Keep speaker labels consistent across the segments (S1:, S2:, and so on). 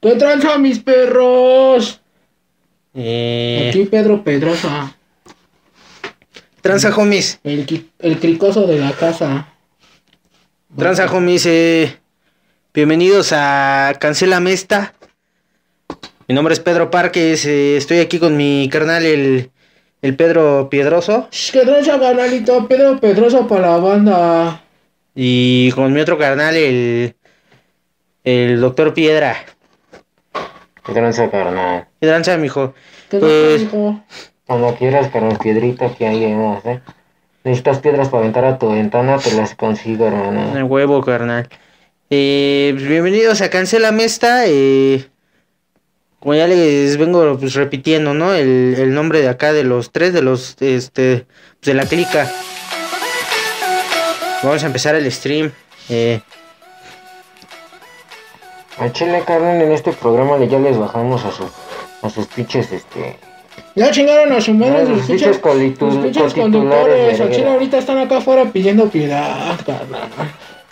S1: ¡Qué tranza, mis perros!
S2: Eh,
S1: Aquí Pedro Pedrosa,
S2: tranza, homies.
S1: el, qui- el cricoso de la casa.
S2: Tranza, homies. eh, bienvenidos a Cancela Mesta. Mi nombre es Pedro Parques. eh, estoy aquí con mi carnal, el, el Pedro Piedroso.
S1: Sh, ¡Qué tranza, canalito! Pedro Pedrosa para la banda.
S2: Y con mi otro carnal, el, el Doctor Piedra.
S3: Tranza, carnal.
S2: ¿Qué tranza, mijo?
S1: ¿Qué
S2: Pues-
S1: tranza, hijo?
S3: Cuando quieras, carnal, piedrita que hay más, ¿eh? Necesitas piedras para aventar a tu ventana, te las consigo, hermano.
S2: De huevo, carnal. Eh, pues, bienvenidos a Cancela Mesta. eh, como ya les vengo pues, repitiendo, ¿no? El, el nombre de acá de los tres, de los, este, pues, de la clica. Vamos a empezar el stream. eh,
S3: A Chile, carnal, en este programa le- ya les bajamos a sus, a sus pinches, este...
S1: Ya chingaron a su madre
S3: No,
S1: sus
S3: los
S1: pinches,
S3: pinches colitu-
S1: sus pinches
S3: cotitulares,
S1: conductores. Al chile
S3: verga.
S1: ahorita están acá afuera pidiendo piedad, carnal.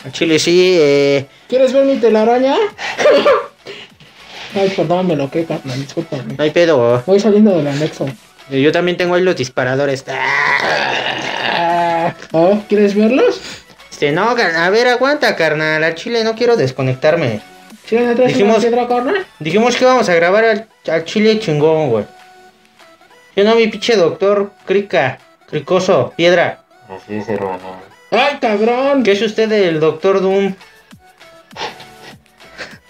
S2: a Chile sí. eh,
S1: ¿Quieres ver mi telaraña? Ay, perdón, me lo que, carnal, discúlpame.
S2: no hay pedo.
S1: Voy saliendo del anexo.
S2: Eh, Yo también tengo ahí los disparadores.
S1: Ah, ah, ¿Quieres verlos?
S2: Este, no, car- a ver, aguanta, carnal. A Chile no quiero desconectarme.
S1: ¿Sí me traes
S2: Dijimos-
S1: una piedra, carnal?
S2: Dijimos que íbamos a grabar al, al chile chingón, güey. Yo no, mi pinche doctor Crica, Cricoso, Piedra.
S3: Así es, hermano.
S1: ¡Ay, cabrón!
S2: ¿Qué es usted el doctor Doom?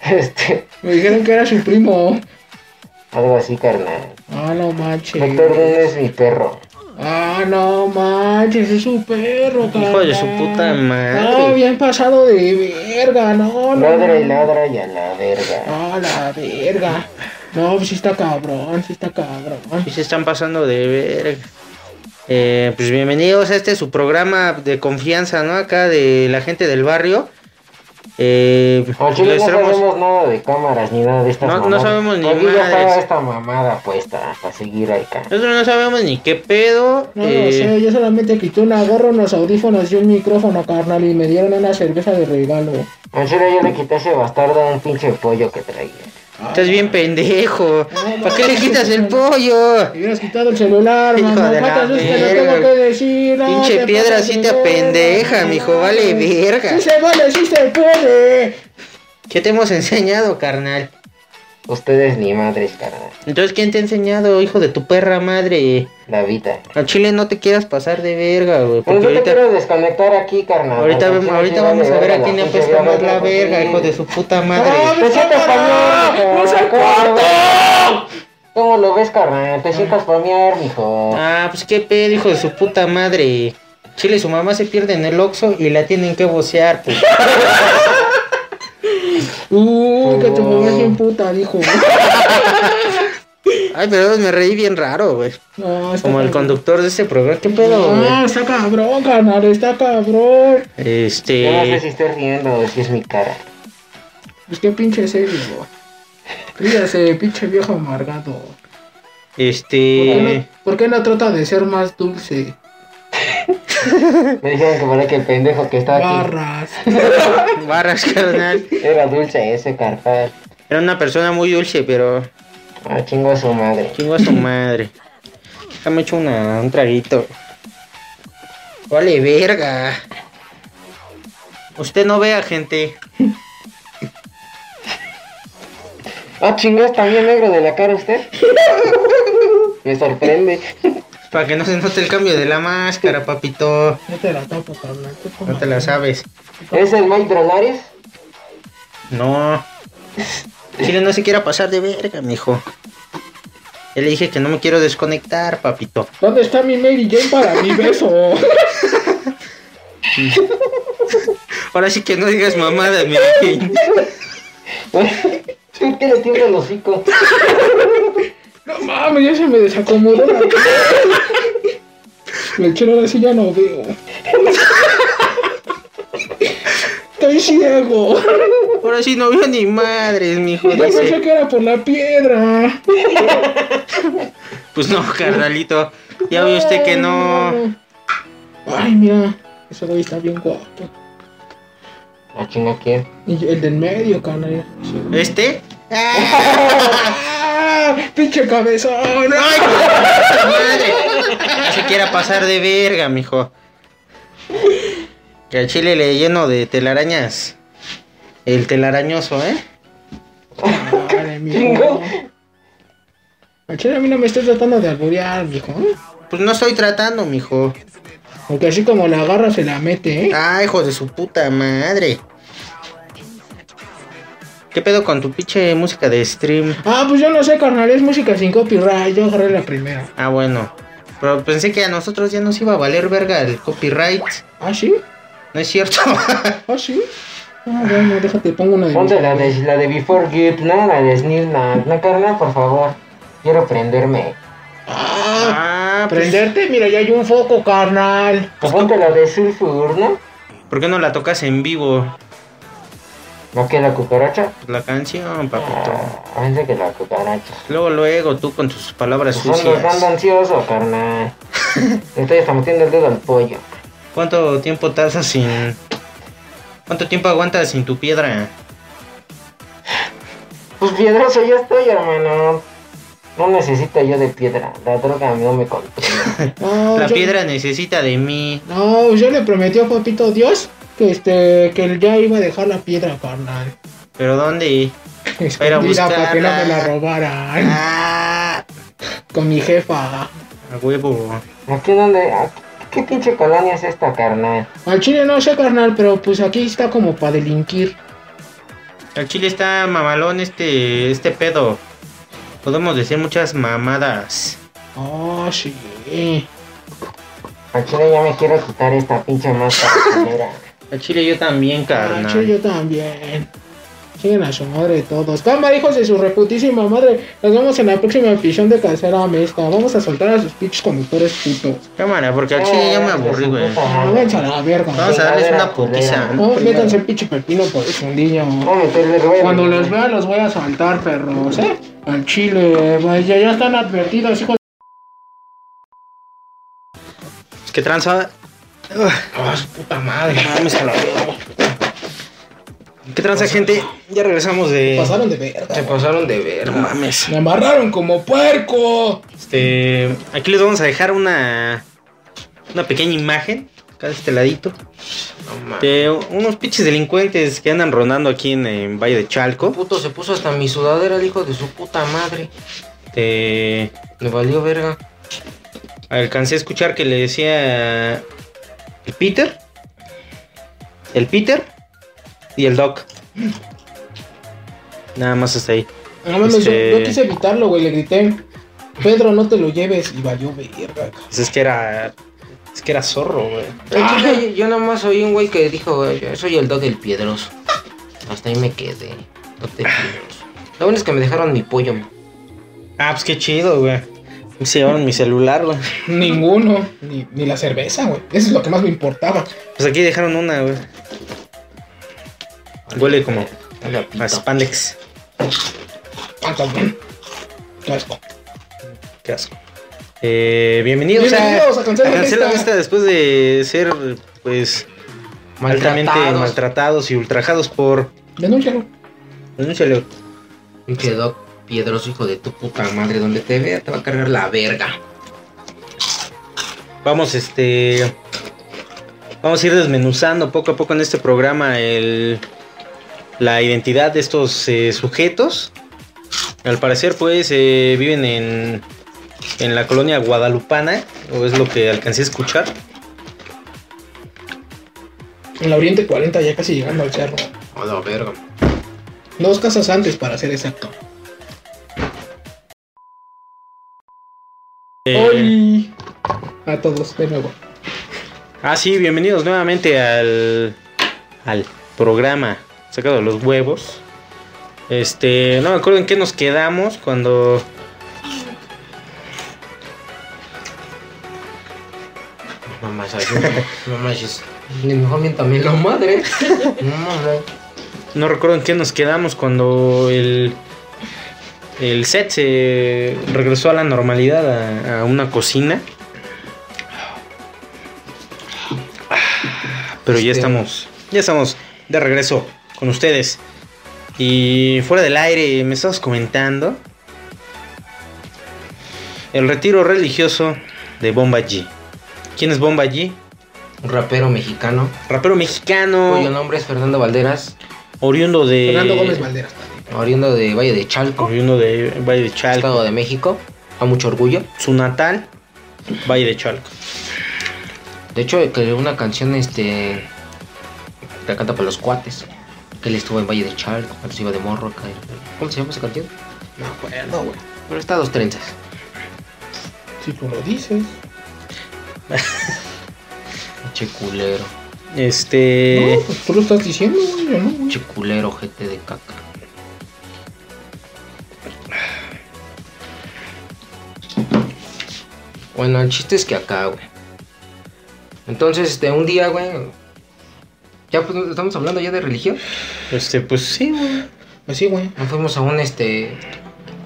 S3: Este,
S1: Me dijeron que era su primo.
S3: algo así, carnal.
S1: Ah, no
S3: Doctor
S1: manches.
S3: Doom es mi perro.
S1: Ah, no manches, es su perro, carnal.
S2: Hijo de su puta madre.
S1: No, bien pasado de verga, no, no.
S3: Ladra y ladra y a la verga.
S1: Ah, la verga. No, pues sí está cabrón, sí está cabrón.
S2: Y se están pasando de verga. Eh, pues bienvenidos a este su programa de confianza, ¿no? Acá de la gente del barrio. Eh,
S3: A Chile
S2: les
S3: no
S2: traemos-
S3: sabemos nada de cámaras ni nada de estas
S2: No- no
S3: mamadas.
S2: sabemos ni
S3: Aquí ya
S2: madres.
S3: estaba esta mamada puesta para seguir ahí, carnal.
S2: Nosotros no sabemos ni qué pedo.
S1: No
S2: eh,
S1: lo sé, yo solamente quité una gorra, unos audífonos y un micrófono, carnal, y me dieron una cerveza de regalo.
S3: En serio, yo le quité a ese bastardo un pinche pollo que traía.
S2: Estás bien pendejo.
S1: no,
S2: ¿Para qué le
S1: no,
S2: quitas
S1: no,
S2: el
S1: no.
S2: pollo?
S1: Me hubieras quitado el celular,
S2: Hijo
S1: mamá.
S2: de la
S1: ¿Cuántas veces te lo
S2: verga.
S1: tengo que decir? No,
S2: Pinche
S1: te
S2: piedra
S1: pasas
S2: sí
S1: de
S2: te
S1: verga,
S2: apendeja,
S1: no
S2: mijo, vale
S1: mames.
S2: verga.
S1: Sí se vale, sí se puede.
S2: ¿Qué te hemos enseñado, carnal?
S3: Ustedes ni madres, carnal.
S2: Entonces, ¿quién te ha enseñado, hijo de tu perra madre?
S3: La vida.
S2: A Chile no te quieras pasar de verga, güey.
S3: Pero
S2: Porque
S3: Pues yo te
S2: ahorita,
S3: quiero Pues desconectar aquí, carnal.
S2: ahorita,
S3: Porque
S2: vemos-
S3: sí,
S2: ahorita
S3: sí,
S2: vamos
S3: vale,
S2: a ver a
S3: verga, pues
S2: quién le
S3: la
S2: apesta
S3: pinche
S2: más la
S3: porque
S2: verga,
S3: sí.
S2: hijo de su puta madre.
S1: ¡Ah!
S3: ¡Te sientas pa' mí,
S1: ¡No se
S3: carnal! ¿Cómo lo ves, carnal? Te sientas pa' mear, mijo.
S2: Ah, pues qué pedo, hijo de su puta madre. Chile, su mamá se pierde en el Oxxo y la tienen que vocear, pues.
S1: Uh, que tu mamá es bien puta, dijo.
S2: Ay, pero me reí bien raro, güey.
S1: No, está
S2: Como el
S1: cabrón.
S2: conductor de este programa. ¿Qué pedo,
S1: Ah,
S2: güey?
S1: está cabrón, carnal, está cabrón.
S3: Yo no sé si
S2: Este...
S3: estoy riendo o si es mi cara.
S1: Pues qué pinche serio. Ríase, pinche viejo amargado. ¿Por qué, no,
S2: Este...
S1: por qué no trata de ser más dulce?
S3: Me dijeron que para que el pendejo que está aquí
S1: Barras.
S2: Barras, carnal.
S3: era dulce ese, carnal.
S2: Era una persona muy dulce, pero
S3: Ah, chingo a su madre.
S2: chingo a su madre. Déjame echo una, un traguito. Vale, verga. Usted no vea, gente.
S3: Ah, chingas también negro de la cara usted. Me sorprende.
S2: Para que no se note el cambio de la máscara, papito.
S1: No te la tapo, carnal. tú como-
S2: No te la sabes.
S3: ¿Es el Mike Drolares?
S2: No. Chile no se quiera pasar de verga, mijo. Ya le dije que no me quiero desconectar, papito.
S1: ¿Dónde está mi Mary Jane para mi beso?
S2: Ahora sí que no digas mamada, mi King.
S3: ¿Por qué le tiembla el hocico?
S1: No mames, ya se me desacomodó. la- El chino ahora sí ya no veo. Estoy ciego.
S2: Ahora sí no vio ni madres, mijo.
S1: Yo pensé
S2: Dice.
S1: que era por la piedra.
S2: Pues no, carnalito. Ya vio usted que no.
S1: Ay, mira, ese güey está bien guapo.
S3: ¿A chinga quién?
S1: Y yo- el del medio, canal.
S2: ¿Este?
S1: ¡Ah! ¡Pinche cabezón!
S2: ¡Ay, puta madre! No se quiera pasar de verga, mijo. Que al chile le lleno de telarañas. El telarañoso, ¿eh?
S1: Madre mía.
S3: Chingo.
S1: Al chile a mí no me estés tratando de alborear, viejo. ¿eh?
S2: Pues no estoy tratando, mijo.
S1: Porque así como la agarra se la mete, ¿eh?
S2: Ah, hijo de su puta madre. ¿Qué pedo con tu pinche música de stream?
S1: Ah, pues yo no sé, carnal, es música sin copyright. Yo agarré la primera.
S2: Ah, bueno. Pero pensé que a nosotros ya nos iba a valer verga el copyright.
S1: ¿Ah, sí?
S2: ¿No es cierto?
S1: ¿Ah, sí? Ah, bueno, déjate, pongo una de
S3: Ponte la de, la de Before Gift, no la de Sneak Night. No, carnal, por favor. Quiero prenderme.
S1: Ah,
S2: ah, pues,
S1: prenderte, mira, ya hay un foco, carnal.
S3: Pues ponte la de Sulfur, ¿no?
S2: ¿Por qué no la tocas en vivo? Pues
S3: ¿No que la cucaracha?
S2: La canción, papito.
S3: Ah, Pensé que la cucaracha.
S2: Luego, luego, tú con tus palabras
S3: Pues ando, ando
S2: sucias.
S3: ansioso, carnal. Le estoy hasta metiendo el dedo al pollo.
S2: ¿Cuánto tiempo tardas sin... ¿Cuánto tiempo aguantas sin tu piedra?
S3: Pues piedroso ya estoy, hermano. No necesito yo de piedra. La droga no me controla.
S1: No,
S2: La
S1: yo-
S2: piedra necesita de mí.
S1: No, yo le prometí a Papito Dios que este que él ya iba a dejar la piedra, carnal.
S2: ¿Pero dónde? Espera,
S1: Escondida para que no
S2: buscarla.
S1: me la robaran.
S2: Ah,
S1: Con mi jefa.
S2: a huevo.
S3: ¿Aquí dónde? aquí- ¿Qué pinche colonia es esta, carnal?
S1: Al chile no sé, carnal, pero pues aquí está como para delinquir.
S2: Al chile está mamalón este, este pedo. Podemos decir muchas mamadas.
S1: Oh, sí.
S3: Al chile ya me quiero quitar esta pinche máscara.
S2: Al chile yo también,
S1: Al chile
S2: carnal.
S1: yo también. Siguen a su madre todos. Cámara, hijos de su reputísima madre. Nos vemos en la próxima edición de Casera Mesta. Vamos a soltar a sus pinches conductores putos.
S2: Cámara, porque al chile ya me aburrí,
S3: Eh,
S2: güey.
S1: Ah, váyanse a la verga.
S2: Vamos a darles una putiza.
S1: No, métanse el pinche pepino por el fundillo. Cuando los vea los voy a saltar, perros, ¿eh? Al chile, vaya, ya están advertidos, hijos.
S2: ¿Qué tranza?
S1: Ah, su puta madre.
S2: Mames, a la verga. ¿Qué tranza, gente? Ya regresamos de...
S1: Pasaron de verga.
S2: Se pasaron de ver, mames.
S1: Me amarraron como puerco.
S2: Este, aquí les vamos a dejar una una pequeña imagen acá de este ladito de unos pinches delincuentes que andan rondando aquí en, en Valle de Chalco.
S3: Puto se puso hasta mi sudadera el hijo de su puta madre.
S2: Este,
S3: Le valió verga.
S2: alcancé a escuchar que le decía el Peter, el Peter y el Doc. Nada más hasta ahí.
S1: Ah, No mames, yo-
S2: Este-
S1: yo, quise evitarlo, güey, le grité. Pedro, no te lo lleves. Y valió verga.
S2: Pues es que era es que era zorro, güey.
S3: Al chile, yo nada más oí un güey que dijo, "Yo soy el dog del piedroso. Hasta ahí me quedé. Dog del piedroso. Lo bueno es que me dejaron mi pollo.
S2: Ah, pues qué chido, güey. Pues Se llevaron mi celular, güey.
S1: Ninguno. Ni, ni la cerveza, güey. Eso es lo que más me importaba.
S2: Pues aquí dejaron una, güey. Huele como
S3: Dale a pito.
S2: a spandex.
S1: Ah, cabrón. Qué asco.
S2: Qué asco. Eh, bienvenidos,
S1: Bienvenidos
S2: a,
S1: a Cancela
S2: Cancela
S1: Vista.
S2: Vista después de ser, pues, altamente maltratados y ultrajados por...
S1: Denúncialo.
S2: Denúncialo.
S3: Pinche dog piedroso, hijo de tu puta madre. Donde te vea te va a cargar la verga.
S2: Vamos, este... Vamos a ir desmenuzando poco a poco en este programa el, la identidad de estos eh, sujetos. Al parecer, pues, eh, viven en, en la colonia guadalupana, o es lo que alcancé a escuchar.
S1: En la Oriente 40, ya casi llegando al cerro.
S3: A la verga.
S1: Dos casas antes, para ser exacto.
S2: Eh,
S1: Oli. A todos, de nuevo.
S2: Ah, sí, bienvenidos nuevamente al, al programa sacado de los huevos. Este, no me acuerdo en qué nos quedamos cuando.
S3: Mamá, ¿sabes? Mamá, es... Mejor miéntame la madre. No, mames.
S2: No recuerdo en qué nos quedamos cuando el, el set se regresó a la normalidad, a, a una cocina. Pero ya
S3: Este-
S2: estamos, ya estamos de regreso con ustedes. Y fuera del aire, me estabas comentando el retiro religioso de Bomba G. ¿Quién es Bomba G?
S3: Un rapero mexicano
S2: Rapero mexicano,
S3: cuyo nombre es Fernando Valderas,
S2: oriundo de.
S1: Fernando Gómez Valderas también.
S3: oriundo de Valle de Chalco,
S2: Oriundo de Valle de Chalco.
S3: Estado de México. A mucho orgullo.
S2: Su natal, Valle de Chalco.
S3: De hecho, que una canción este la canta para los cuates. Que él estuvo en Valle de Chalco, cuando se iba de morro acá. ¿Cómo se llama esa canción?
S1: No acuerdo, güey.
S3: Pero está a dos trenzas.
S1: Si tú lo dices.
S3: Che culero,
S2: Este.
S1: No, pues tú lo estás diciendo, güey. Yo no, güey.
S3: che culero, gente de caca. Bueno, el chiste es que acá, güey. Entonces, este, un día, güey. Ya pues, estamos hablando ya de religión.
S2: Este, pues sí, güey.
S1: Pues sí, güey.
S3: Nos fuimos a un este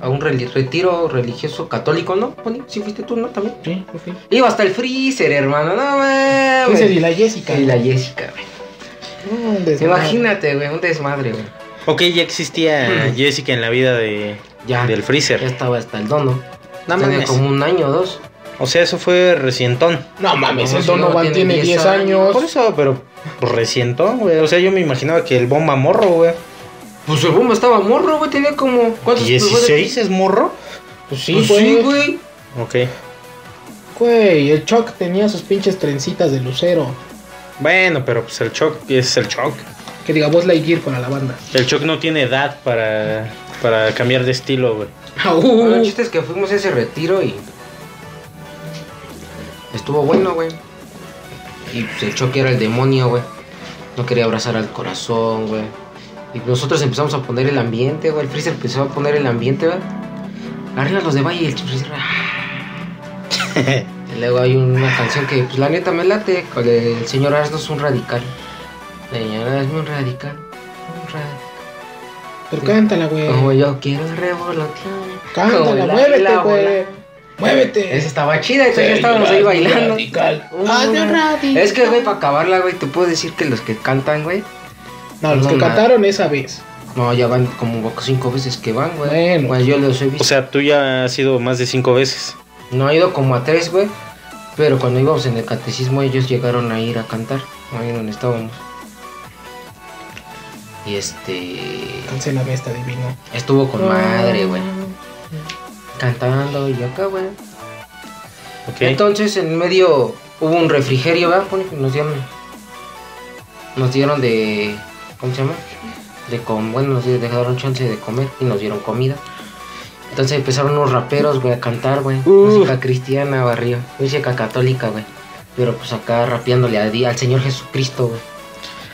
S3: a un reli- retiro religioso católico, ¿no? Pony? Sí fuiste tú, ¿no? También.
S1: Sí, ok.
S3: Iba hasta el freezer, hermano. No Ah,
S1: ¿Qué se di
S3: mames.
S1: la Jessica?
S3: Y la Jessica, güey.
S1: No, un desmadre.
S3: Imagínate, güey, un desmadre, güey.
S2: Ok, ya existía
S3: Mm.
S2: Jessica en la vida de,
S3: Ya.
S2: del
S3: Ya
S2: Freezer.
S3: estaba hasta el dono.
S2: No
S3: Tenía
S2: mames.
S3: como un año o dos.
S2: O sea, eso fue recientón.
S1: No mames,
S3: No,
S1: el
S3: si no,
S1: Donovan
S3: tiene
S1: tiene
S3: 10
S1: 10 años.
S2: Por eso, pero pues, recientón, güey. O sea, yo me imaginaba que el bomba morro, güey.
S3: Pues el bomba estaba morro, güey. Tenía como. ¿Cuántos
S2: ¿16 es morro?
S1: Pues sí,
S3: Sí,
S1: güey.
S3: pues, sí, güey.
S2: Ok.
S1: Güey, el Chuck tenía sus pinches trencitas de lucero.
S2: Bueno, pero pues el Choc es el Choc.
S1: Que diga, vos Lightyear para la banda.
S2: El Choc no tiene edad para, para cambiar de estilo, güey.
S3: Ah, Bueno, el
S1: Au.
S3: chiste es que fuimos a ese retiro y. Estuvo bueno, güey. Y pues, el choque era el demonio, güey. No quería abrazar al corazón, güey. Y nosotros empezamos a poner el ambiente, güey. El freezer empezó a poner el ambiente, güey. Arriba los de Valle y el freezer. ah. y luego hay una canción que, pues la neta me late. con El señor Asno es un radical. Señor Asno es un radical. Un radical.
S1: Pero cántala, güey.
S3: Como yo quiero revolotear. como
S1: Cántala,
S3: el
S1: muévete,
S3: águila
S1: güey.
S3: volar.
S1: Muévete.
S3: Esa estaba chida, entonces ya estábamos ahí bailando.
S1: Ah, de radical.
S3: Es que, güey, para acabarla, güey, te puedo decir que los que cantan, güey.
S1: No, los
S3: No,
S1: que
S3: nada.
S1: cantaron esa vez.
S3: No, ya van como cinco veces que van, güey.
S1: Bueno.
S3: Pues yo los he visto.
S2: O sea, tú ya has ido más de cinco veces.
S3: no he ido como a tres, güey. Pero cuando íbamos en el catecismo, ellos llegaron a ir a cantar. Ahí donde estábamos. Y este.
S1: Cancélame esta divino.
S3: Estuvo
S1: Ah.
S3: con madre, güey. Cantando y acá, güey.
S2: Ok.
S3: Entonces en medio hubo un refrigerio, ¿verdad? Pone que Nos dieron, nos dieron de, ¿cómo se llama? De com, bueno, nos dejaron chance de comer y nos dieron comida. Entonces empezaron unos raperos, güey, a cantar, güey.
S2: Uh.
S3: Música cristiana, barrio. Música católica, güey. Pero pues acá rapeándole a di- al Señor Jesucristo, güey.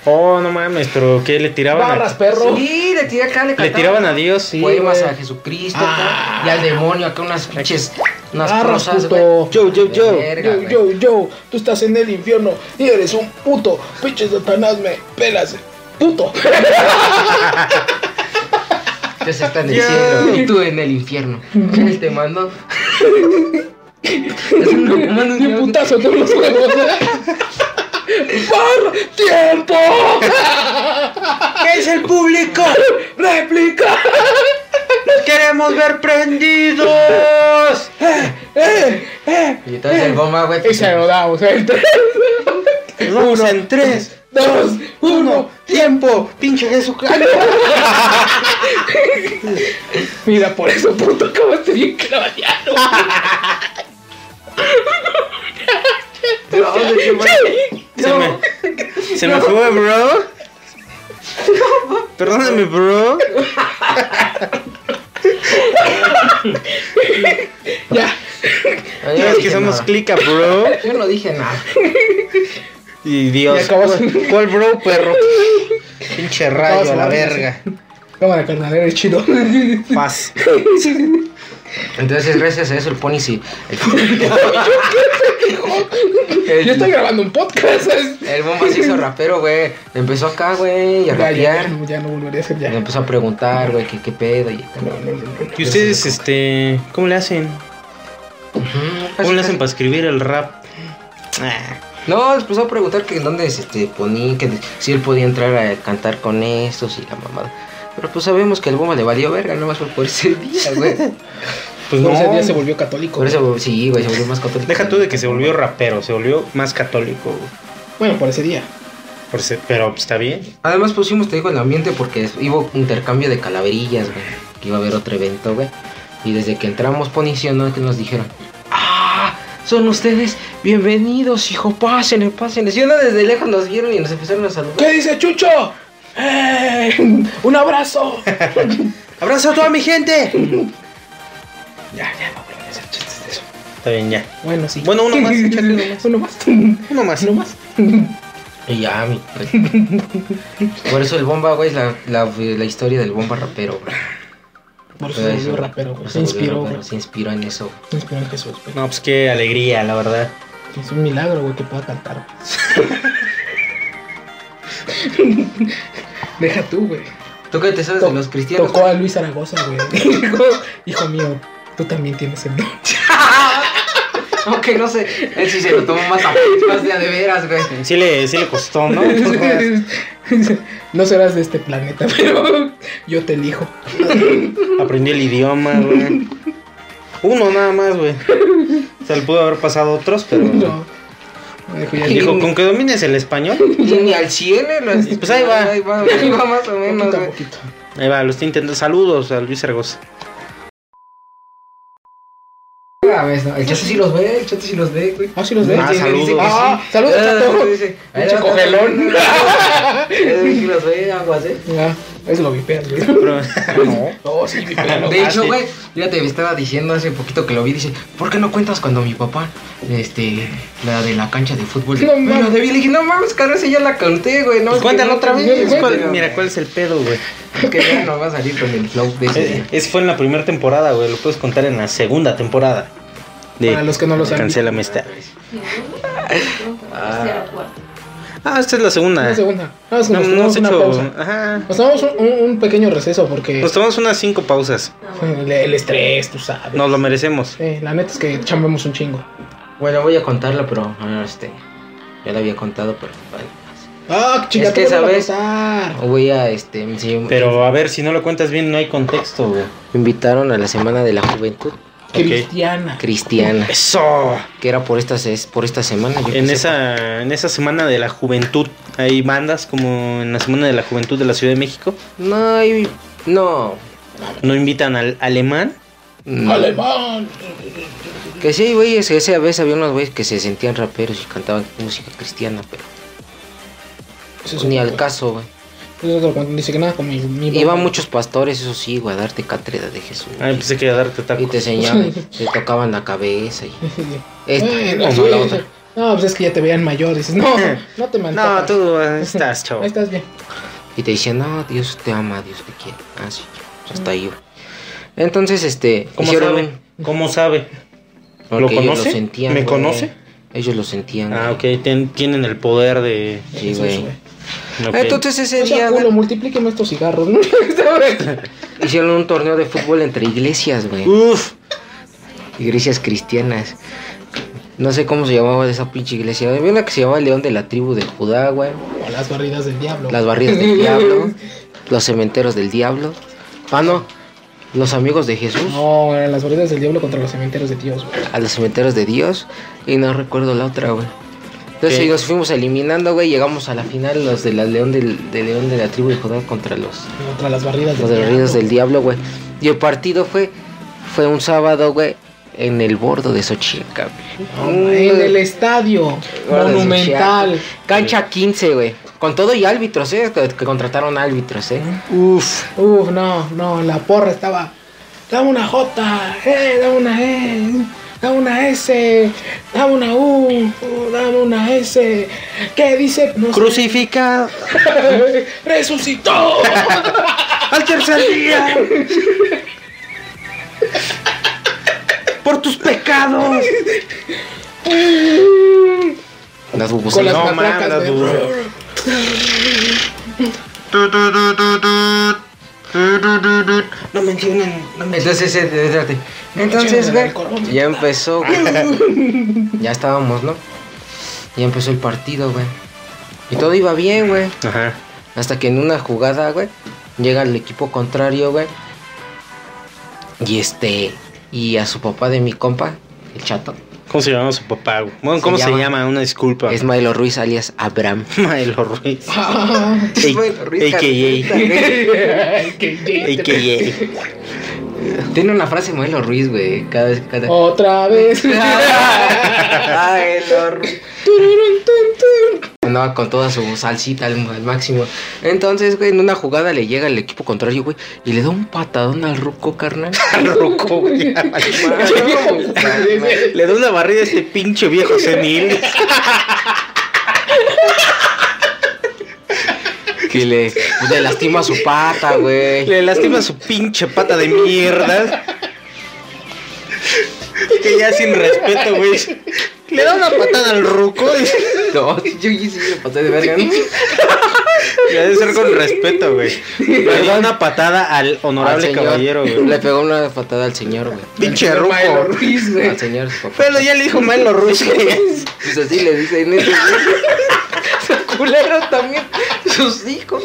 S2: Oh, no mames, pero ¿qué le tiraban?
S1: Barras,
S2: A,
S1: perro.
S3: Sí, le tiraban acá,
S2: le tiraban a Dios.
S1: Sí,
S3: poemas
S1: güey.
S3: a Jesucristo
S1: Ah.
S3: acá, y al demonio acá unas pinches, unas
S1: Barras,
S3: prosas,
S1: puto.
S3: güey.
S2: Yo, yo, yo.
S3: Verga,
S1: Yo,
S3: güey.
S1: yo, yo, tú estás en el infierno y eres un puto. Pinche Satanás, me pelas. Puto.
S3: Dios está en el
S2: Yo.
S3: cielo y tú en el infierno. Él te mando. Es un documento,
S1: Ni
S3: ¿no?
S1: un putazo de los huevos. ¡Por tiempo!
S2: ¿Qué es el público?
S1: ¡Réplica!
S2: ¡Los queremos ver prendidos!
S1: ¡Eh! ¡Eh!
S3: Y entonces el bomba, güey. pues,
S1: Y se lo damos. ¿eh? En 3,
S2: Vamos en tres,
S1: 2, 1.
S2: uno, tiempo. Pinche Jesucristo.
S1: Mira, por eso, puto, acabaste bien clavallado.
S3: No, de hecho, güey,
S2: Se me, se me fue, bro. Perdóname, bro.
S1: Ya.
S3: no, yo no
S2: Es que
S3: dije
S2: somos
S3: nada.
S2: clica, bro.
S3: Yo no dije nada.
S2: Y
S1: Ya
S2: Dios.
S1: acabas.
S2: ¿Cuál, cuál bro, perro? Pinche rayo a la verga.
S1: Cámara, carnal, eres chido.
S2: Paz.
S3: Entonces, gracias a eso, el pony sí. El, el-
S1: Yo estoy grabando un podcast. ¿sabes?
S3: el bomba se hizo rapero, güey. Empezó acá, güey, y a
S1: Ya, ya, ya,
S3: rapear.
S1: no, ya no volvería a hacer
S3: Y
S1: ya.
S3: empezó a preguntar, güey, qué, qué pedo. Y tal.
S1: No, no, no, no.
S2: ¿Y ustedes, este, cómo le hacen?
S3: Ujú, pues,
S2: ¿Cómo
S3: casi,
S2: le hacen
S3: casi.
S2: para escribir el rap? Ah,
S3: No, empezó a preguntar que en dónde este, ponía, que si él podía entrar a cantar con estos y la mamada. Pero pues sabemos que el bomba le valió verga, nomás fue por ese día, güey.
S2: pues
S1: Por ese
S2: no.
S1: día se volvió católico.
S3: Por eso, sí, güey, se volvió más católico.
S2: Deja tú de que se volvió rapero, se volvió más católico. güey.
S1: Bueno, por ese día.
S2: Por se- pero pues, está bien.
S3: Además pusimos, te digo, el ambiente porque iba intercambio de calaverillas, güey. Que iba a haber otro evento, güey. Y desde que entramos, Pony, sí o no, que nos dijeron, ¡Ah! Son ustedes, bienvenidos, hijo, pásenle, pásenle. Sí o no, desde lejos nos vieron y nos empezaron a saludar.
S1: ¿Qué dice Chucho? ¡Eh! ¡Un abrazo!
S2: ¡Abrazo a toda mi gente!
S1: ya, ya, no vuelvan a hacer chistes de eso.
S2: Está bien, ya.
S1: Bueno, sí.
S2: Bueno, uno más, échale uno más.
S1: uno más.
S2: Uno más.
S1: Uno más.
S3: Y ya, mi. Por eso el bomba, güey, es la, la, la historia del bomba rapero, güey.
S1: Por
S3: Fue
S1: eso
S3: eso,
S1: volvió rapero, güey.
S3: por eso
S1: Se
S3: volvió
S1: inspiró,
S3: rapero,
S1: güey.
S3: Se inspiró en eso. güey.
S1: Se inspiró en Jesús, güey.
S2: No, pues qué alegría, la verdad.
S1: Es un milagro, güey, que pueda cantar. Deja tú, güey.
S3: ¿Tú qué te sabes de los cristianos?
S1: Tocó a Luis Zaragoza, güey. Hijo, hijo mío, tú también tienes el don.
S3: Aunque no sé, él sí se lo tomó más a más de, a de veras, güey.
S2: Sí le, sí le costó, ¿no? Pues,
S1: No serás de este planeta, pero yo te elijo.
S2: Aprendí el idioma, güey. Uno nada más, güey. O sea, le pudo haber pasado a otros, pero.
S1: No. Me dijo, ya
S2: Dijo,
S1: elijo.
S2: con que domines el español.
S3: Y ni al cielo, lo-
S2: Pues ahí va.
S3: Ahí va, ahí va más o menos,
S1: Poquito a
S3: güey.
S1: poquito.
S2: Ahí va, lo estoy intentando. Saludos a Luis Zaragoza.
S3: A ver, Ah, no, El chato sí los ve, el chato sí los ve, güey.
S1: Ah, sí los
S2: Ah,
S1: ves.
S3: Dice- dice que
S2: saludos.
S1: Ah, saludos,
S3: Ah,
S1: chato.
S3: dice, ahí
S1: Pinche
S3: va,
S1: cogelón.
S3: Eh, Sí los ve, aguas, eh.
S1: Ya, eso lo vipeas, güey.
S2: Pero- no.
S3: Oh,
S1: No, sí, vipealo.
S3: De hecho,
S2: sí.
S3: güey, ya te estaba diciendo hace poquito que lo vi, dice, ¿por qué no cuentas cuando mi papá, este, la de la cancha de fútbol?
S1: No
S3: No,
S1: mames.
S3: de vi, le dije, no mames, caro, esa ya la conté, güey, no.
S2: Pues
S3: es que
S2: cuéntalo
S3: no,
S2: otra
S3: no,
S2: vez.
S3: güey,
S2: ¿cuál-
S3: pero-
S2: mira, ¿cuál es el pedo, güey?
S3: Es que ya no va a salir con el flow de ese.
S2: Eh, Ese fue en la primera temporada, güey. Lo puedes contar en la segunda temporada. De
S1: Para los que no lo saben.
S2: Cancela amistad.
S3: Ah.
S4: Tercera, cuarta.
S2: Ah, esta es la segunda.
S1: Una segunda. Vamos, que
S2: No,
S1: nos
S2: no
S1: tomamos
S2: hemos
S1: una
S2: hecho.
S1: pausa.
S2: Ajá.
S1: Nos tomamos un, un- un pequeño receso porque
S2: Nos tomamos unas cinco pausas.
S4: Ah, bueno.
S1: el, el estrés, tú sabes.
S2: Nos lo merecemos.
S1: Sí, la neta es que chambemos un chingo.
S3: Bueno, voy a contarla, pero, ah, este, ya la había contado, pero, vale.
S1: Ah, chinga,
S3: Es que
S1: tú no me
S3: sabes-
S1: vas a contar.
S3: Voy a, este, sí,
S2: Pero a ver, si no lo cuentas bien, no hay contexto, güey.
S3: me invitaron a la Semana de la Juventud
S2: Ok.
S1: Cristiana.
S3: Cristiana,
S2: ¡Eso!
S3: que era por estas, es por esta semana. yo
S2: En
S3: pensé-
S2: esa, en esa semana de la juventud, hay bandas como en la semana de la juventud de la Ciudad de México.
S3: No, y- no.
S2: No invitan al alemán.
S3: no.
S1: Alemán.
S3: Que sí, güey, es que esa vez había unos güeyes que se sentían raperos y cantaban música cristiana, pero pues,
S1: Eso
S3: ni
S1: otro-
S3: al caso, güey.
S1: eso es otro cuento, Ni siquiera nada con mi. mi
S3: Iban
S1: mamá.
S3: muchos pastores, eso sí, güey, a darte cátedra de Jesús.
S2: Ay, Ah, pensé que iba a darte
S3: y
S2: pues, tacos.
S3: te enseñaban, te tocaban la cabeza y... Esta,
S1: Bueno,
S3: o este, no,
S1: sí,
S3: la
S1: sí.
S3: otra.
S1: No, pues es que ya te veían mayor. Dices, no, no te
S2: No,
S1: mantengas.
S2: tú estás, chavo.
S1: Ahí estás bien.
S3: Y te decían, no, Dios te ama, Dios te quiere. Ah, sí, hasta ahí, güey. Entonces, este,
S2: ¿Cómo
S3: hicieron
S2: sabe?
S3: un-
S2: ¿Cómo sabe?
S3: porque
S2: ¿Lo
S3: ellos
S2: conoce?
S3: sentían,
S2: ¿Me
S3: güey.
S2: conoce?
S3: Ellos lo sentían.
S2: Ah,
S3: güey.
S2: ok, ten- tienen el poder de.
S3: Sí,
S1: Eso,
S3: güey.
S1: güey.
S2: ok.
S3: Entonces ese
S1: O sea,
S3: día,
S1: culo,
S3: güey,
S1: multiplíqueme estos cigarros, ¿no?
S3: hicieron un torneo de fútbol entre iglesias, güey.
S2: Uf,
S3: iglesias cristianas. No sé cómo se llamaba esa pinche iglesia. Había una que se llamaba León de la tribu de Judá, güey.
S1: O las barridas del diablo.
S3: Las barridas del diablo. Los cementeros del diablo. Ah, no. Los amigos de Jesús.
S1: No, eran las barridas del diablo contra los cementeros de Dios, güey.
S3: A los cementeros de Dios. Y no recuerdo la otra, güey. Entonces
S2: Ok.
S3: nos fuimos eliminando, güey. Llegamos a la final los de la León del, de León de la tribu de Judá contra los,
S1: Contra las barridas
S3: los de los ríos del diablo, güey. Y el partido fue, fue un sábado, güey. En el bordo de Xochica,
S1: No,
S3: güey.
S1: güey, en el estadio
S3: Mm. Guarda,
S1: monumental.
S3: Cancha 15, güey. Con todo y árbitros, ¿eh? Que, que contrataron árbitros, ¿eh?
S2: uf.
S1: Uf, no, no, la porra estaba. Dame una J, eh, dame una E, dame una S, dame una U, uh, dame una S. ¿Qué dice? No sé.
S2: Crucifica
S1: ¡Resucitó!
S2: al tercer día.
S5: por tus pecados.
S3: Las bubos.
S1: Con las
S2: No
S1: matracas,
S2: mames,
S1: güey.
S2: dude.
S5: No mencionen. No mencionen.
S3: Entonces, eh, espérate. Entonces,
S1: Échame
S3: güey,
S1: alcohol.
S3: ya empezó, güey. Ya estábamos, ¿no? Ya empezó el partido, güey. Y todo iba bien, güey.
S2: Ajá.
S3: Hasta que en una jugada, güey, llega el equipo contrario, güey. Y este. Y a su papá de mi compa, el chato,
S2: ¿Cómo se llama su papá, güey? Bueno, ¿cómo
S3: Se
S2: se,
S3: llama-
S2: llama? Una disculpa.
S3: es Milo Ruiz alias Abraham.
S2: Maelo Ruiz.
S1: Ah,
S2: Ey,
S3: Bueno, Ruiz
S2: AKA.
S1: que-
S2: AKA.
S3: Tiene una frase Milo Ruiz, güey. Cada vez que cada.
S1: Otra vez.
S3: Ay, lo ru-
S1: Tururun, tun, tun.
S3: Andaba con toda su salsita al, al máximo. Entonces, güey, en una jugada le llega el equipo contrario, güey, y le da un patadón al ruco, carnal.
S2: Ruco, güey. Le da una barrida a este pinche viejo senil.
S3: que le, pues, le lastima su pata, güey.
S2: Le lastima su pinche pata de mierda. Que ya sin respeto, güey. Le da una patada al ruco. Y
S3: No, yo yo sí me pasé de verga. ¿no?
S2: ya debe ser con respeto, güey. Le da una patada al honorable
S3: Al señor.
S2: caballero, güey.
S3: Le pegó una patada al señor, güey.
S2: Pinche
S1: Al señor
S2: ruco.
S1: Milo Ruiz, güey.
S3: Al señor, su papá.
S2: Pero ya le dijo Milo Ruiz. güey.
S3: Pues así le dicen eso, güey. Su culero también. Sus hijos.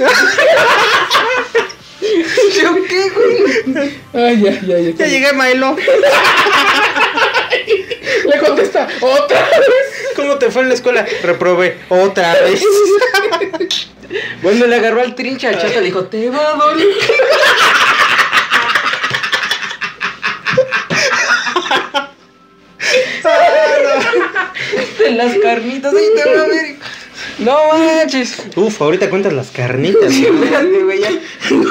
S3: ¿Yo qué, güey?
S1: Ay, ay, ay,
S2: Ya
S1: ay.
S2: llegué, Milo.
S1: Le contesta, otra vez.
S2: ¿Cómo te fue en la escuela? Reprobé otra vez.
S3: Bueno, le agarró al trinche al chato y le dijo, te va a doler. De las carnitas, ahí te va a ver. No manches.
S2: Uf, ahorita cuentas las carnitas.
S3: Espérate, güey, ya. Su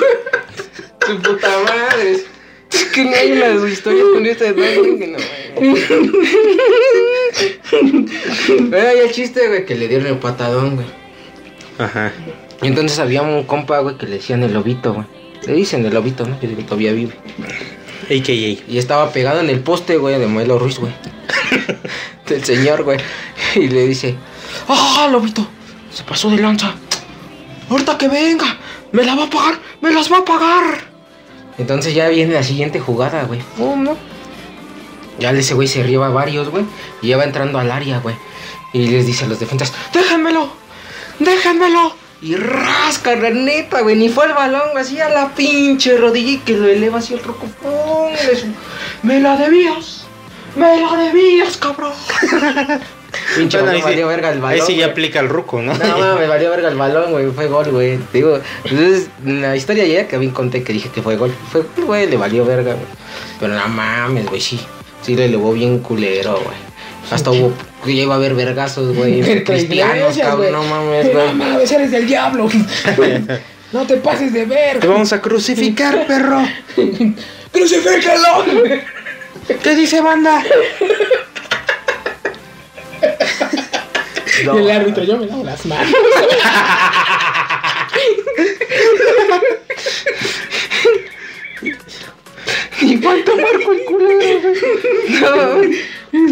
S3: puta madre. Es que no hay unas historias con esta de Dragon que no. güey. Bueno, ya el chiste, güey, que le dieron el patadón, güey.
S2: Ajá.
S3: Y entonces había un compa, güey, que le decían el lobito, güey. Le dicen el lobito, ¿no? Que todavía vive.
S2: AKA.
S3: Y estaba pegado en el poste, güey, de Modelo Ruiz, güey. Del señor, güey. Y le dice, ¡Ah, lobito! Se pasó de lanza. Ahorita que venga, me la va a pagar, me las va a pagar. Entonces ya viene la siguiente jugada, güey. ¡Pum, no! Ya ese güey se lleva varios, güey. Y ya va entrando al área, güey. Y les dice a los defensas, ¡déjenmelo! ¡Déjenmelo! Y ras, carnal, neta, güey. Ni fue al balón, güey. Así a la pinche rodilla y que lo eleva así el roco. ¡Póngale su- ¡Me la debías! ¡Me la debías, cabrón! pinche
S2: Bueno,
S3: balón,
S2: ahí sí-
S3: valió verga el balón.
S2: Ahí sí ya
S3: güey.
S2: aplica el ruco, ¿no?
S3: No, no, me valió verga el balón, güey. Fue gol, güey. Te Digo, entonces, la historia ya que bien conté que dije que fue gol. Fue gol, güey, le valió verga, güey. Pero no mames, güey, sí. Sí le elevó bien culero, güey. Hasta hubo, ya iba a haber vergazos, güey. entre
S1: Entre
S3: Cristianos,
S1: iglesias,
S3: cabrón,
S1: güey.
S3: no mames,
S1: No
S3: güey.
S1: mames, eres del diablo. No te pases de ver.
S2: Te vamos a crucificar, perro.
S1: ¡Crucifícalo!
S2: ¿Qué dice banda?
S1: Y el árbitro, yo me lavo las manos.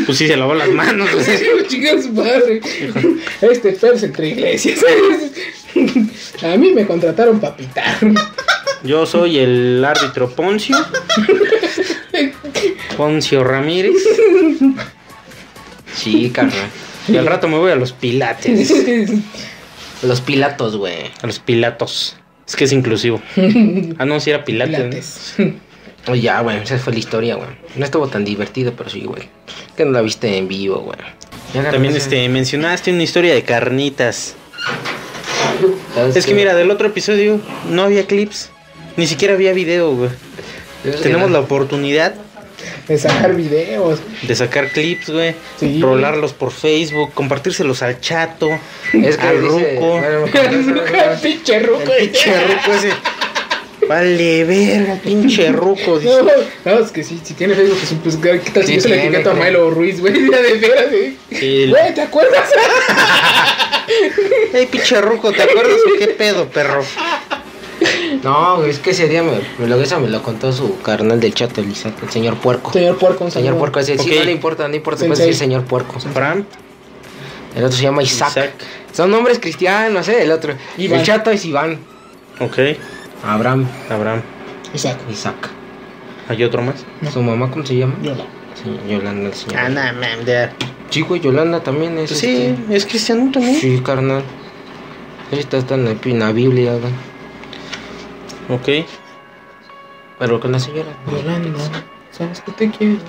S2: Pues sí, se lavó las manos.
S1: Chinga su madre. Este perro es entre iglesias. A mí me contrataron para pitar.
S2: Yo soy el árbitro Poncio. Poncio Ramírez.
S3: Sí, carnal.
S2: Y al rato me voy a los pilates.
S3: Los pilatos, güey.
S2: A los pilatos. Es que es inclusivo. Ah, no, si era pilates. ¿no?
S1: Pilates.
S3: Oh, ya, güey, esa fue la historia, güey. No estuvo tan divertido, pero sí, güey. Que no la viste en vivo, güey. Ya, carnal,
S2: También
S3: ese-
S2: este, mencionaste una historia de carnitas.
S3: ¿sabes
S2: Es que
S3: qué?
S2: mira, del otro episodio no había clips. Ni siquiera había video, güey.
S3: ¿Sabes
S2: Tenemos
S3: qué?
S2: la oportunidad
S1: De sacar videos.
S2: de sacar clips, güey.
S1: Sí.
S2: Rolarlos por Facebook, compartírselos al chato,
S3: Es que
S2: al
S3: dice,
S2: ruco.
S3: bueno,
S1: Pinche ruco.
S2: Pinche ruco ese. Vale, verga, pinche ruco.
S1: No,
S2: dice.
S1: no, es que si, si tiene Facebook, pues, pues, ¿qué tal si
S3: Sí,
S1: yo se le
S3: tiene,
S1: etiqueto a
S3: creo.
S1: Milo Ruiz, güey? Ya de veras, güey.
S2: Sí, el-
S1: Güey, ¿te acuerdas?
S2: Ey, pinche ruco, ¿te acuerdas o qué pedo, perro?
S3: No, güey, es que ese día me, me lo, esa me lo contó su carnal del chato, el Isaac, el señor puerco.
S1: Señor puerco, un
S3: Señor
S1: saludo.
S3: puerco, ese sí,
S2: Ok.
S3: no le importa, no importa, puedes
S1: Sensei.
S3: decir señor puerco.
S2: Fran,
S3: El otro se llama Isaac.
S2: Isaac.
S3: Son nombres cristianos, ¿eh? El otro.
S1: Iván.
S3: El chato es Iván.
S2: Ok,
S3: Abraham,
S2: Abraham.
S1: Exacto.
S3: Isaac.
S2: ¿Hay otro más?
S1: No.
S3: ¿Su mamá cómo se llama?
S1: Yo no.
S3: Sí, Yolanda, el señor.
S6: Ah, no, man, de-
S3: Sí, güey, Yolanda también
S2: Pues
S3: es.
S6: Sí,
S3: este,
S6: es cristiano también.
S3: Sí, carnal. Esta está en la, en la Biblia, güey.
S2: Ok.
S3: Pero con la señora.
S1: Yolanda, ¿sabes que te quiero?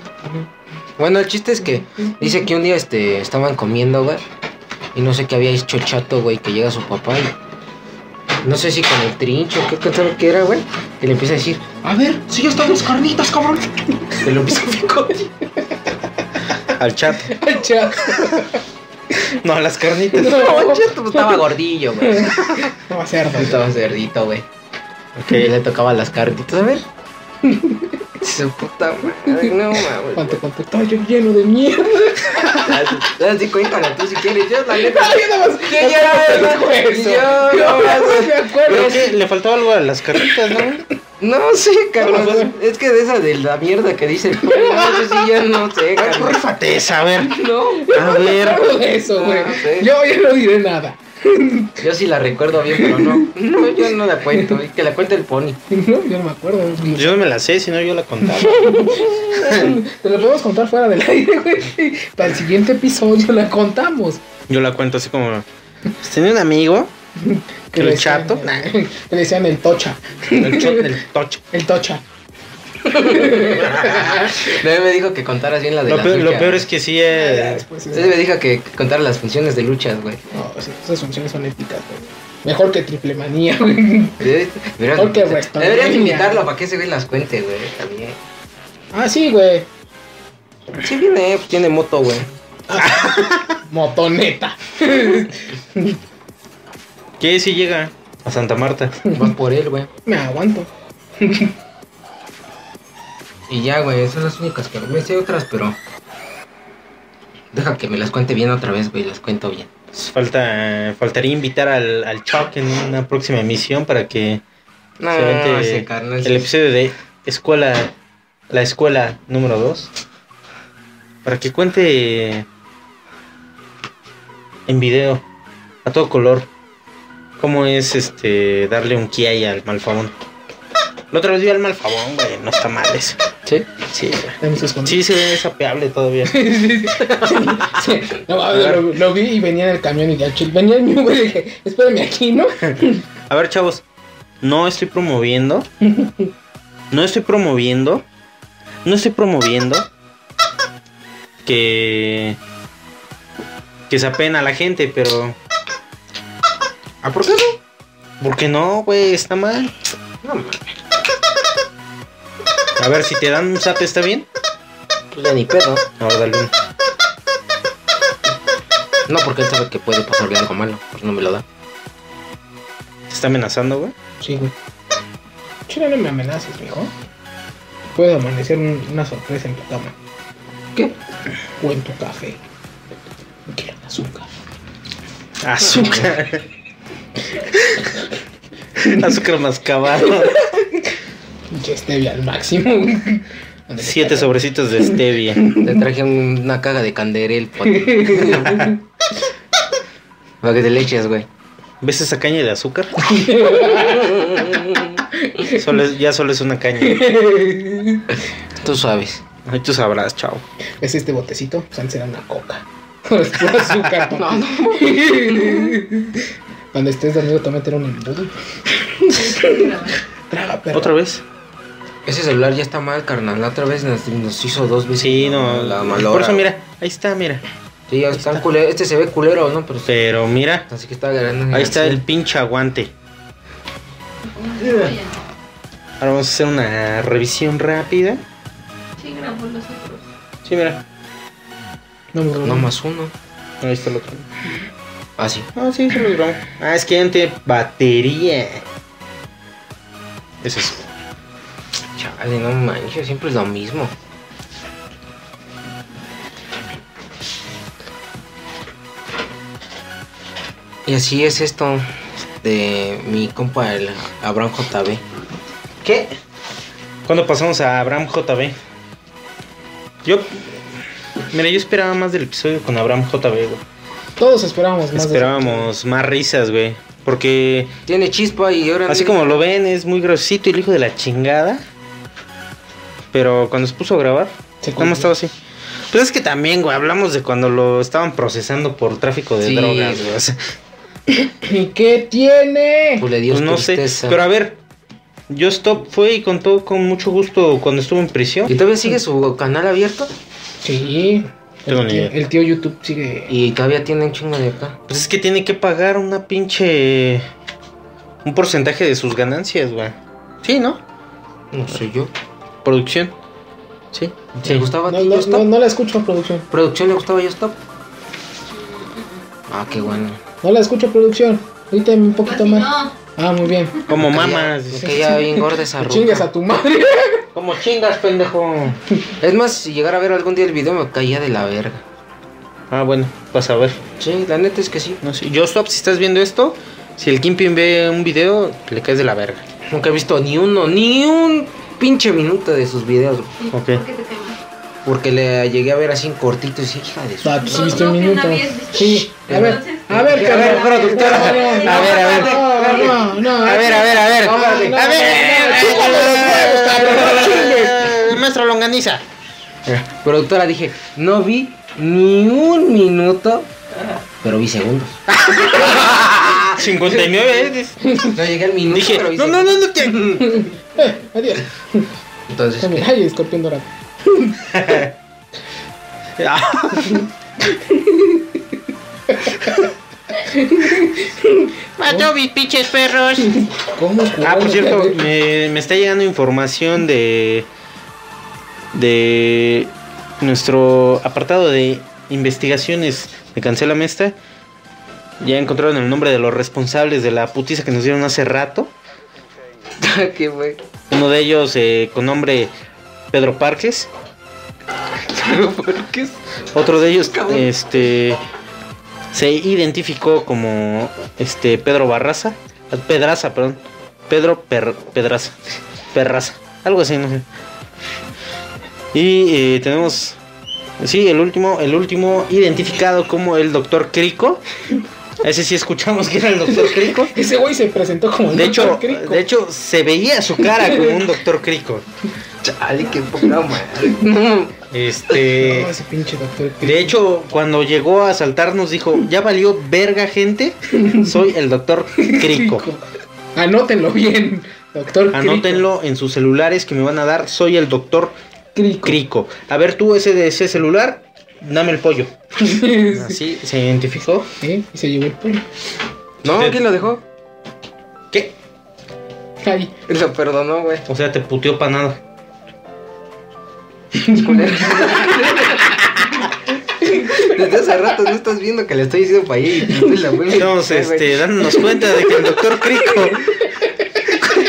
S3: Bueno, el chiste es que dice que un día este estaban comiendo, güey. Y no sé qué había hecho el chato, güey, que llega su papá y. No sé si con el trincho, qué cosa que era, güey. Que le empieza a decir, a ver, si ya están las carnitas, cabrón. Que lo empieza a picar.
S2: Al chat.
S1: El chat.
S2: No, a las carnitas.
S3: No, el chato pues, estaba gordillo, güey.
S1: No va a ser. güey.
S3: Estaba cerdito, güey. Que
S2: Ok.
S3: le tocaba las carnitas, a ver. Su puta madre, no mames.
S1: Con tu yo lleno de mierda.
S3: Así cuéntala tú si quieres, yo la neta.
S1: Ay, nada más.
S3: Yo ya,
S1: nada más te dijo
S3: yo,
S1: eso.
S3: yo,
S1: no me acuerdo.
S2: Creo que le faltó algo a las carnitas, ¿no?
S3: No sé, Carlos.
S1: No, no
S3: Es que de esa de la mierda que dice el pueblo, eso sí ya no sé, Carlos.
S2: Fateza, a ver.
S3: No,
S2: A ver.
S1: Algo de eso,
S3: No,
S1: güey.
S3: no sé.
S1: Yo ya no diré nada.
S3: yo sí la recuerdo bien, pero no. No, yo no la cuento. y Que la cuente el pony.
S1: No, yo no me acuerdo.
S2: Yo no me la sé, si no yo la contaba.
S1: Te lo podemos contar fuera del aire, güey. Para el siguiente episodio la contamos.
S2: Yo la cuento así como. pues, Tenía un amigo, ¿El
S1: le decían-
S2: chato? Nah.
S1: Que le decían el tocha.
S2: el, cho- el tocho.
S1: El tocha.
S3: Luego me dijo que contaras bien la de
S2: Lo
S3: la
S2: peor, lo
S3: lucha,
S2: peor
S3: güey.
S2: es que Ah, sí eh, es.
S1: Después,
S3: Entonces me dijo que que contara las funciones de luchas, güey.
S1: No, sí, esas funciones son épicas, güey. Mejor que triple manía, güey.
S3: Deberías,
S1: Porque restaurante.
S3: deberías invitarlo para que ese güey las cuente, güey. También.
S1: Ah, sí, güey.
S3: Sí viene, pues tiene moto, güey.
S1: Motoneta.
S2: ¿Qué si llega? A Santa Marta.
S3: Vas por él, güey.
S1: Me aguanto.
S3: Y ya, güey, son las únicas que me sé otras, pero. Deja que me las cuente bien otra vez, güey, las cuento bien.
S2: Pues, Falta, faltaría invitar al, al Chuck en una próxima emisión para que
S3: No,
S2: se avente
S3: ese carnal.
S2: el episodio de Escuela, la escuela número 2. Para que cuente en video, a todo color, cómo es este darle un kiai al malfabón. La otra vez vi al malfabón, güey, no está mal eso.
S3: ¿Sí?
S2: Sí, güey.
S1: Dame sus contados.
S2: sí se ve sapeable todavía.
S1: No, mames, lo, lo vi y venía en el camión y ya, chil- venía el mío, güey. Dije, espérame aquí, ¿no?
S2: A ver, chavos, no estoy promoviendo. No estoy promoviendo. No estoy promoviendo. Que. Que se apena a la gente, pero.
S3: ¿Ah, por qué no?
S2: ¿Por qué no, güey? Está mal.
S3: No, mames.
S2: A ver, si te dan un zap, ¿está bien?
S3: pues ya ni pedo.
S2: A ver, dale un-
S3: No, porque él sabe que puede pasarle algo malo, pues no me lo da.
S2: Te está amenazando, güey.
S1: Sí, güey. Chile, no me amenaces, mijo. Puedo amanecer un- una sorpresa en tu cama.
S3: ¿Qué?
S1: O en tu café. No quiero azúcar.
S2: Azúcar. Azúcar mascabado.
S1: Pinche stevia al máximo. güey. Ándale,
S2: Siete
S1: cara.
S2: sobrecitos de stevia.
S3: Te traje un- una caga de canderel, pati. Para que te le eches, güey.
S2: ¿Ves esa caña de azúcar? Solo es- ya solo es una caña.
S3: Tú sabes.
S2: Ay, tú sabrás, chao.
S1: Es este botecito, pues antes era una coca. Ahora es puro azúcar. papá. Cuando estés dormido te voy a meter un embudo. Traga, perro.
S2: ¿Otra vez?
S3: Ese celular ya está mal, carnal. La otra vez nos, nos hizo dos veces.
S2: Sí, no.
S3: La
S2: por
S3: malora.
S2: eso, mira, ahí está, mira.
S3: Sí, ya está culero. Este se ve culero, ¿no? Pero sí.
S2: Pero mira,
S3: Así que está ganando.
S2: ahí está el pinche aguante. Ahora vamos a hacer una revisión rápida.
S7: Sí, grabó los otros.
S2: Sí, mira.
S1: No, no,
S3: No más uno.
S2: Ahí está el otro.
S3: Ah, sí.
S2: Ah, sí, se los grabó. Ah, es que ya no tiene batería. Eso es.
S3: Chale, no manches, siempre es lo mismo. Y así es esto. de mi compa, el Abraham JB.
S8: ¿Qué?
S2: ¿Cuándo pasamos a Abraham JB? Yo. Mira, yo esperaba más del episodio con Abraham JB, güey.
S1: Todos esperábamos más. de-
S2: Esperábamos más risas, güey. Porque
S3: Tiene chispa y ahora.
S2: así como lo ven, es muy grosito y el hijo de la chingada. Pero cuando se puso a grabar,
S1: Se
S2: ¿cómo
S1: cumplió.
S2: estaba así? Pues es que también, güey, hablamos de cuando lo estaban procesando por tráfico de
S3: Sí,
S2: drogas,
S3: güey.
S2: güey. o sea,
S1: ¿Y qué tiene?
S3: Pues le dio
S2: pues no
S3: tristeza.
S2: sé. Pero a ver, Yo Stop fue y contó con mucho gusto cuando estuvo en prisión.
S3: Y todavía sigue su canal abierto
S1: Sí.
S2: Tengo
S1: El
S2: ni
S1: tío,
S2: idea.
S1: el tío YouTube sigue.
S3: y todavía tiene un chingo de acá.
S2: Pues es que tiene que pagar una pinche. Un porcentaje de sus ganancias, güey. Sí, ¿no?
S3: No sé yo.
S2: Producción. Sí.
S3: ¿Le gustaba
S1: No,
S3: a ti
S1: no,
S3: Yostop?
S1: no, no la escucho, producción.
S3: ¿Producción le gustaba a Yostop? Ah, qué bueno.
S1: No la escucho, producción. Ahorita un poquito
S7: Así
S1: más.
S7: no.
S1: Ah, muy bien.
S2: Como
S3: Me caía-
S2: mamas.
S3: Me caía bien gorda esa ruca.
S1: Chingas a tu madre.
S2: Como chingas, pendejo.
S3: Es más, si llegara a ver algún día el video me caía de la verga.
S2: Ah, bueno, vas a ver.
S3: Sí, la neta es que sí.
S2: No sé. Yo Stop, si estás viendo esto, si el Kimpin ve un video, le caes de la verga.
S3: Nunca he visto ni uno, ni un pinche minuto de sus videos.
S7: Sí,
S2: Ok.
S7: porque te quemas.
S3: Porque le llegué a ver así en cortito y dije, hija de su...
S1: Ah, pues sí,
S7: No,
S1: viste
S7: no,
S1: un
S7: que
S1: minuto.
S7: nadie es visto.
S1: Sí. A ver, a
S7: A
S1: ver,
S7: ver,
S1: carnal.
S7: productora.
S1: No,
S7: A ver, a ver.
S1: No, no, no.
S2: A ver, a ver, a ver.
S1: No, no,
S2: a ver.
S1: no,
S2: a ver.
S1: no, chúpame los huevos, cabrón, no chingues.
S2: Maestro Longaniza.
S3: Productora, dije, no vi ni un minuto, pero vi segundos.
S2: 59 veces.
S3: No llegué al minuto,
S2: Dije,
S3: pero vi
S2: no, no, no, no, que-
S1: Eh, adiós.
S3: Entonces,
S1: También, Ay, escorpión dorado.
S2: Ah.
S8: Mató mis pinches perros.
S1: ¿Cómo?
S2: Ah, por
S1: cuernos?
S2: cierto, me, me está llegando información de. de nuestro apartado de investigaciones de Cancela Mesta. Ya encontraron el nombre de los responsables de la putiza que nos dieron hace rato.
S3: ¿qué fue?
S2: Uno de ellos eh, con nombre Pedro Parques.
S3: ¿Por qué?
S2: Otro de ellos,
S3: Cabrón.
S2: este. Se identificó como este Pedro Barraza. Pedraza, perdón. Pedro Per- Pedraza. Perraza. Algo así, no sé. Y eh, tenemos. Sí, el último, el último identificado como el doctor Crico. Ese sí escuchamos que era el doctor Crico.
S1: Ese güey se presentó como el
S2: De hecho,
S1: Dr. Crico.
S2: de hecho, se veía su cara como un doctor Crico.
S3: Chale, qué poca madre.
S2: Este.
S1: No, Ah, ese pinche doctor Crico.
S2: De hecho, cuando llegó a asaltarnos dijo, ya valió verga gente, soy el doctor Crico.
S1: Anótenlo bien, doctor Crico.
S2: Anótenlo en sus celulares que me van a dar, soy el doctor
S1: Crico.
S2: Crico. A ver tú ese de ese celular, dame el pollo. Así se identificó.
S1: ¿Eh? Y se llevó el pelo.
S3: No,
S2: Usted-
S3: ¿quién lo dejó?
S2: ¿Qué?
S1: Ay,
S3: Lo perdonó, güey.
S2: O sea, te puteó para nada.
S3: Desde hace rato no estás viendo que le estoy diciendo para allá y tú la vuelves.
S2: Estamos este, dándonos cuenta de que el doctor Crico,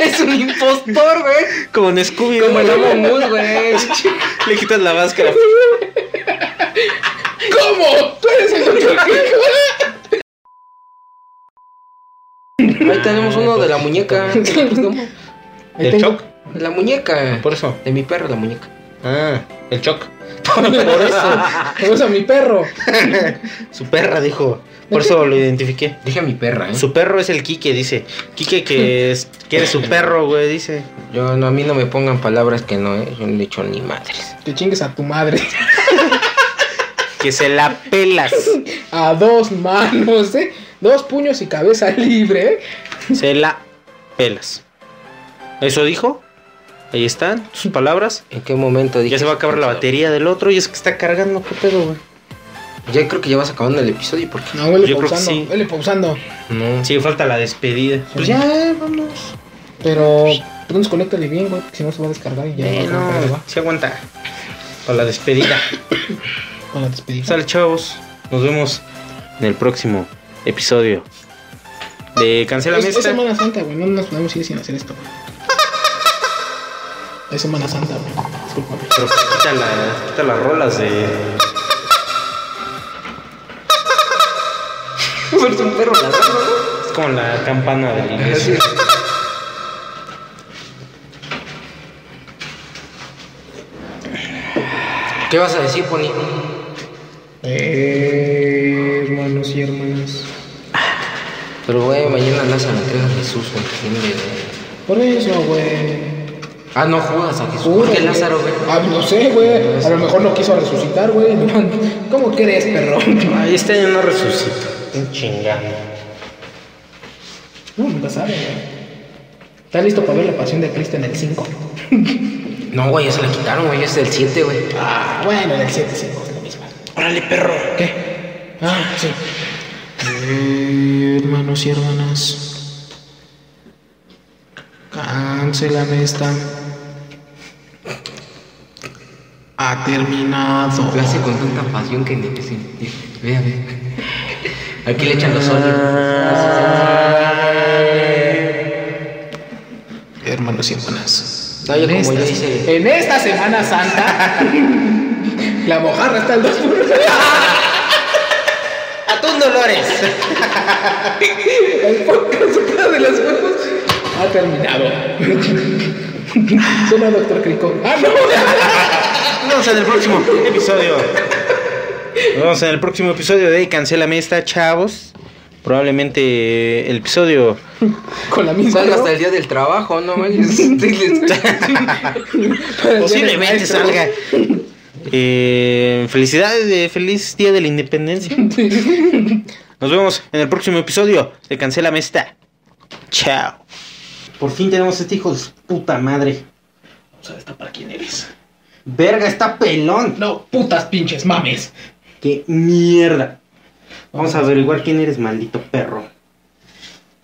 S3: Es un impostor, güey.
S2: como en Scooby,
S3: Como el amo Mus, güey.
S2: le quitas la máscara.
S1: ¿Cómo? ¿Tú eres el doctor Crico?
S3: Ahí tenemos uno de la muñeca. De
S1: Ahí
S2: ¿Del
S1: tengo-
S2: Choc?
S3: la muñeca.
S2: Por eso.
S3: De mi perro, la muñeca.
S2: Ah, el Choc. Por eso.
S1: Por eso mi perro.
S2: Su perra dijo. Por eso lo identifiqué.
S3: Dije a mi perra, ¿eh?
S2: Su perro es el Quique, dice. Quique que es- quiere su perro, güey, dice.
S3: Yo, no, a mí no me pongan palabras que no, ¿eh? Yo no le he dicho ni madres.
S1: Que chingues a tu madre.
S2: Que se la pelas.
S1: A dos manos, ¿eh? Dos puños y cabeza libre, ¿eh?
S2: Se la pelas. Eso dijo. Ahí están sus palabras.
S3: ¿En qué momento dije?
S2: Ya se va a acabar la batería del otro y es que está cargando, qué pedo, güey.
S3: Ya creo que ya vas acabando el episodio porque.
S1: No, huele
S2: Yo creo que
S1: pausando.
S2: sí.
S1: Huele pausando.
S3: No.
S2: Sí, falta la despedida. Pues ya, vamos.
S1: Pero tú desconéctale bien, güey, que si no se va a descargar y ya
S2: Eh,
S1: no, va a
S2: no,
S1: acabar,
S2: sí aguanta. Para la despedida.
S1: ¿va? Para despedirse.
S2: Sale, chavos. Nos vemos en el próximo episodio de Cancela
S1: Es, es
S2: Mesta.
S1: Semana Santa, güey. No nos podemos ir sin hacer esto, güey. Es Semana Santa, güey. Disculpa.
S2: Pero quita, la- quita las rolas de.
S3: Suelta un perro, la verdad, ¿no?
S2: con la campana del inicio.
S3: ¿Qué vas a decir, Pony?
S1: Eh, hermanos y hermanas.
S3: Pero, güey, mañana nace la entrega de Jesús, güey. ¿Quién le-
S1: Por eso, güey.
S3: Ah, no jugas a Jesús.
S1: Juro,
S3: ¿Por qué
S1: güey.
S3: Lázaro, güey?
S1: Ah, no sé, güey. A lo mejor no quiso resucitar, güey. ¿Cómo crees, perro?
S2: Ahí este año no resucita. Estoy Chingando.
S1: No, nunca sabe, güey. ¿Estás listo para ver la pasión de Cristo en el 5?
S3: No, güey, ya se la quitaron, güey. Es del 7, güey.
S1: Ah, bueno, en el 7 5 es lo mismo.
S2: Órale, perro.
S1: ¿Qué? Ah, sí. Eh, hermanos y hermanas. Cancelan esta. Ha terminado.
S3: Lo hace con tanta pasión que ni me sentí. Vea, vea. Aquí le echan los ojos.
S1: Hermanos y hermanas.
S3: No, yo como
S1: esta,
S3: yo hice-
S1: en esta Semana Santa, la mojarra está al 2 por uno.
S9: Atún Dolores.
S1: El podcast supera de los huevos ha terminado. Solo doctor Crico. ¡Ah, no!
S2: Nos vemos en el próximo episodio. Nos vemos en el próximo episodio de Cancélame esta, chavos. Probablemente el episodio.
S1: Con la misma.
S3: Salga
S1: ¿no?
S3: hasta el día del trabajo, no Este, manches.
S1: Para el
S2: Posiblemente
S1: maestro.
S2: salga. Eh, felicidades, de feliz día de la independencia. Nos vemos en el próximo episodio de Cancélame esta. Chao. Por fin tenemos este hijo de su puta madre.
S1: Vamos a destapar quién eres.
S2: Verga, está pelón.
S1: No, putas pinches mames.
S2: ¡Qué mierda! Vamos a averiguar quién eres, maldito perro.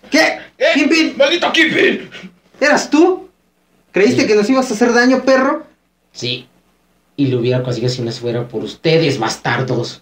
S2: ¿Qué?
S1: Eh.
S2: ¿Kingpin?
S1: ¡Maldito Kingpin!
S2: ¿Eras tú? ¿Creíste que nos ibas a hacer daño, perro?
S3: Sí. Y lo hubiera conseguido si no fuera por ustedes, bastardos.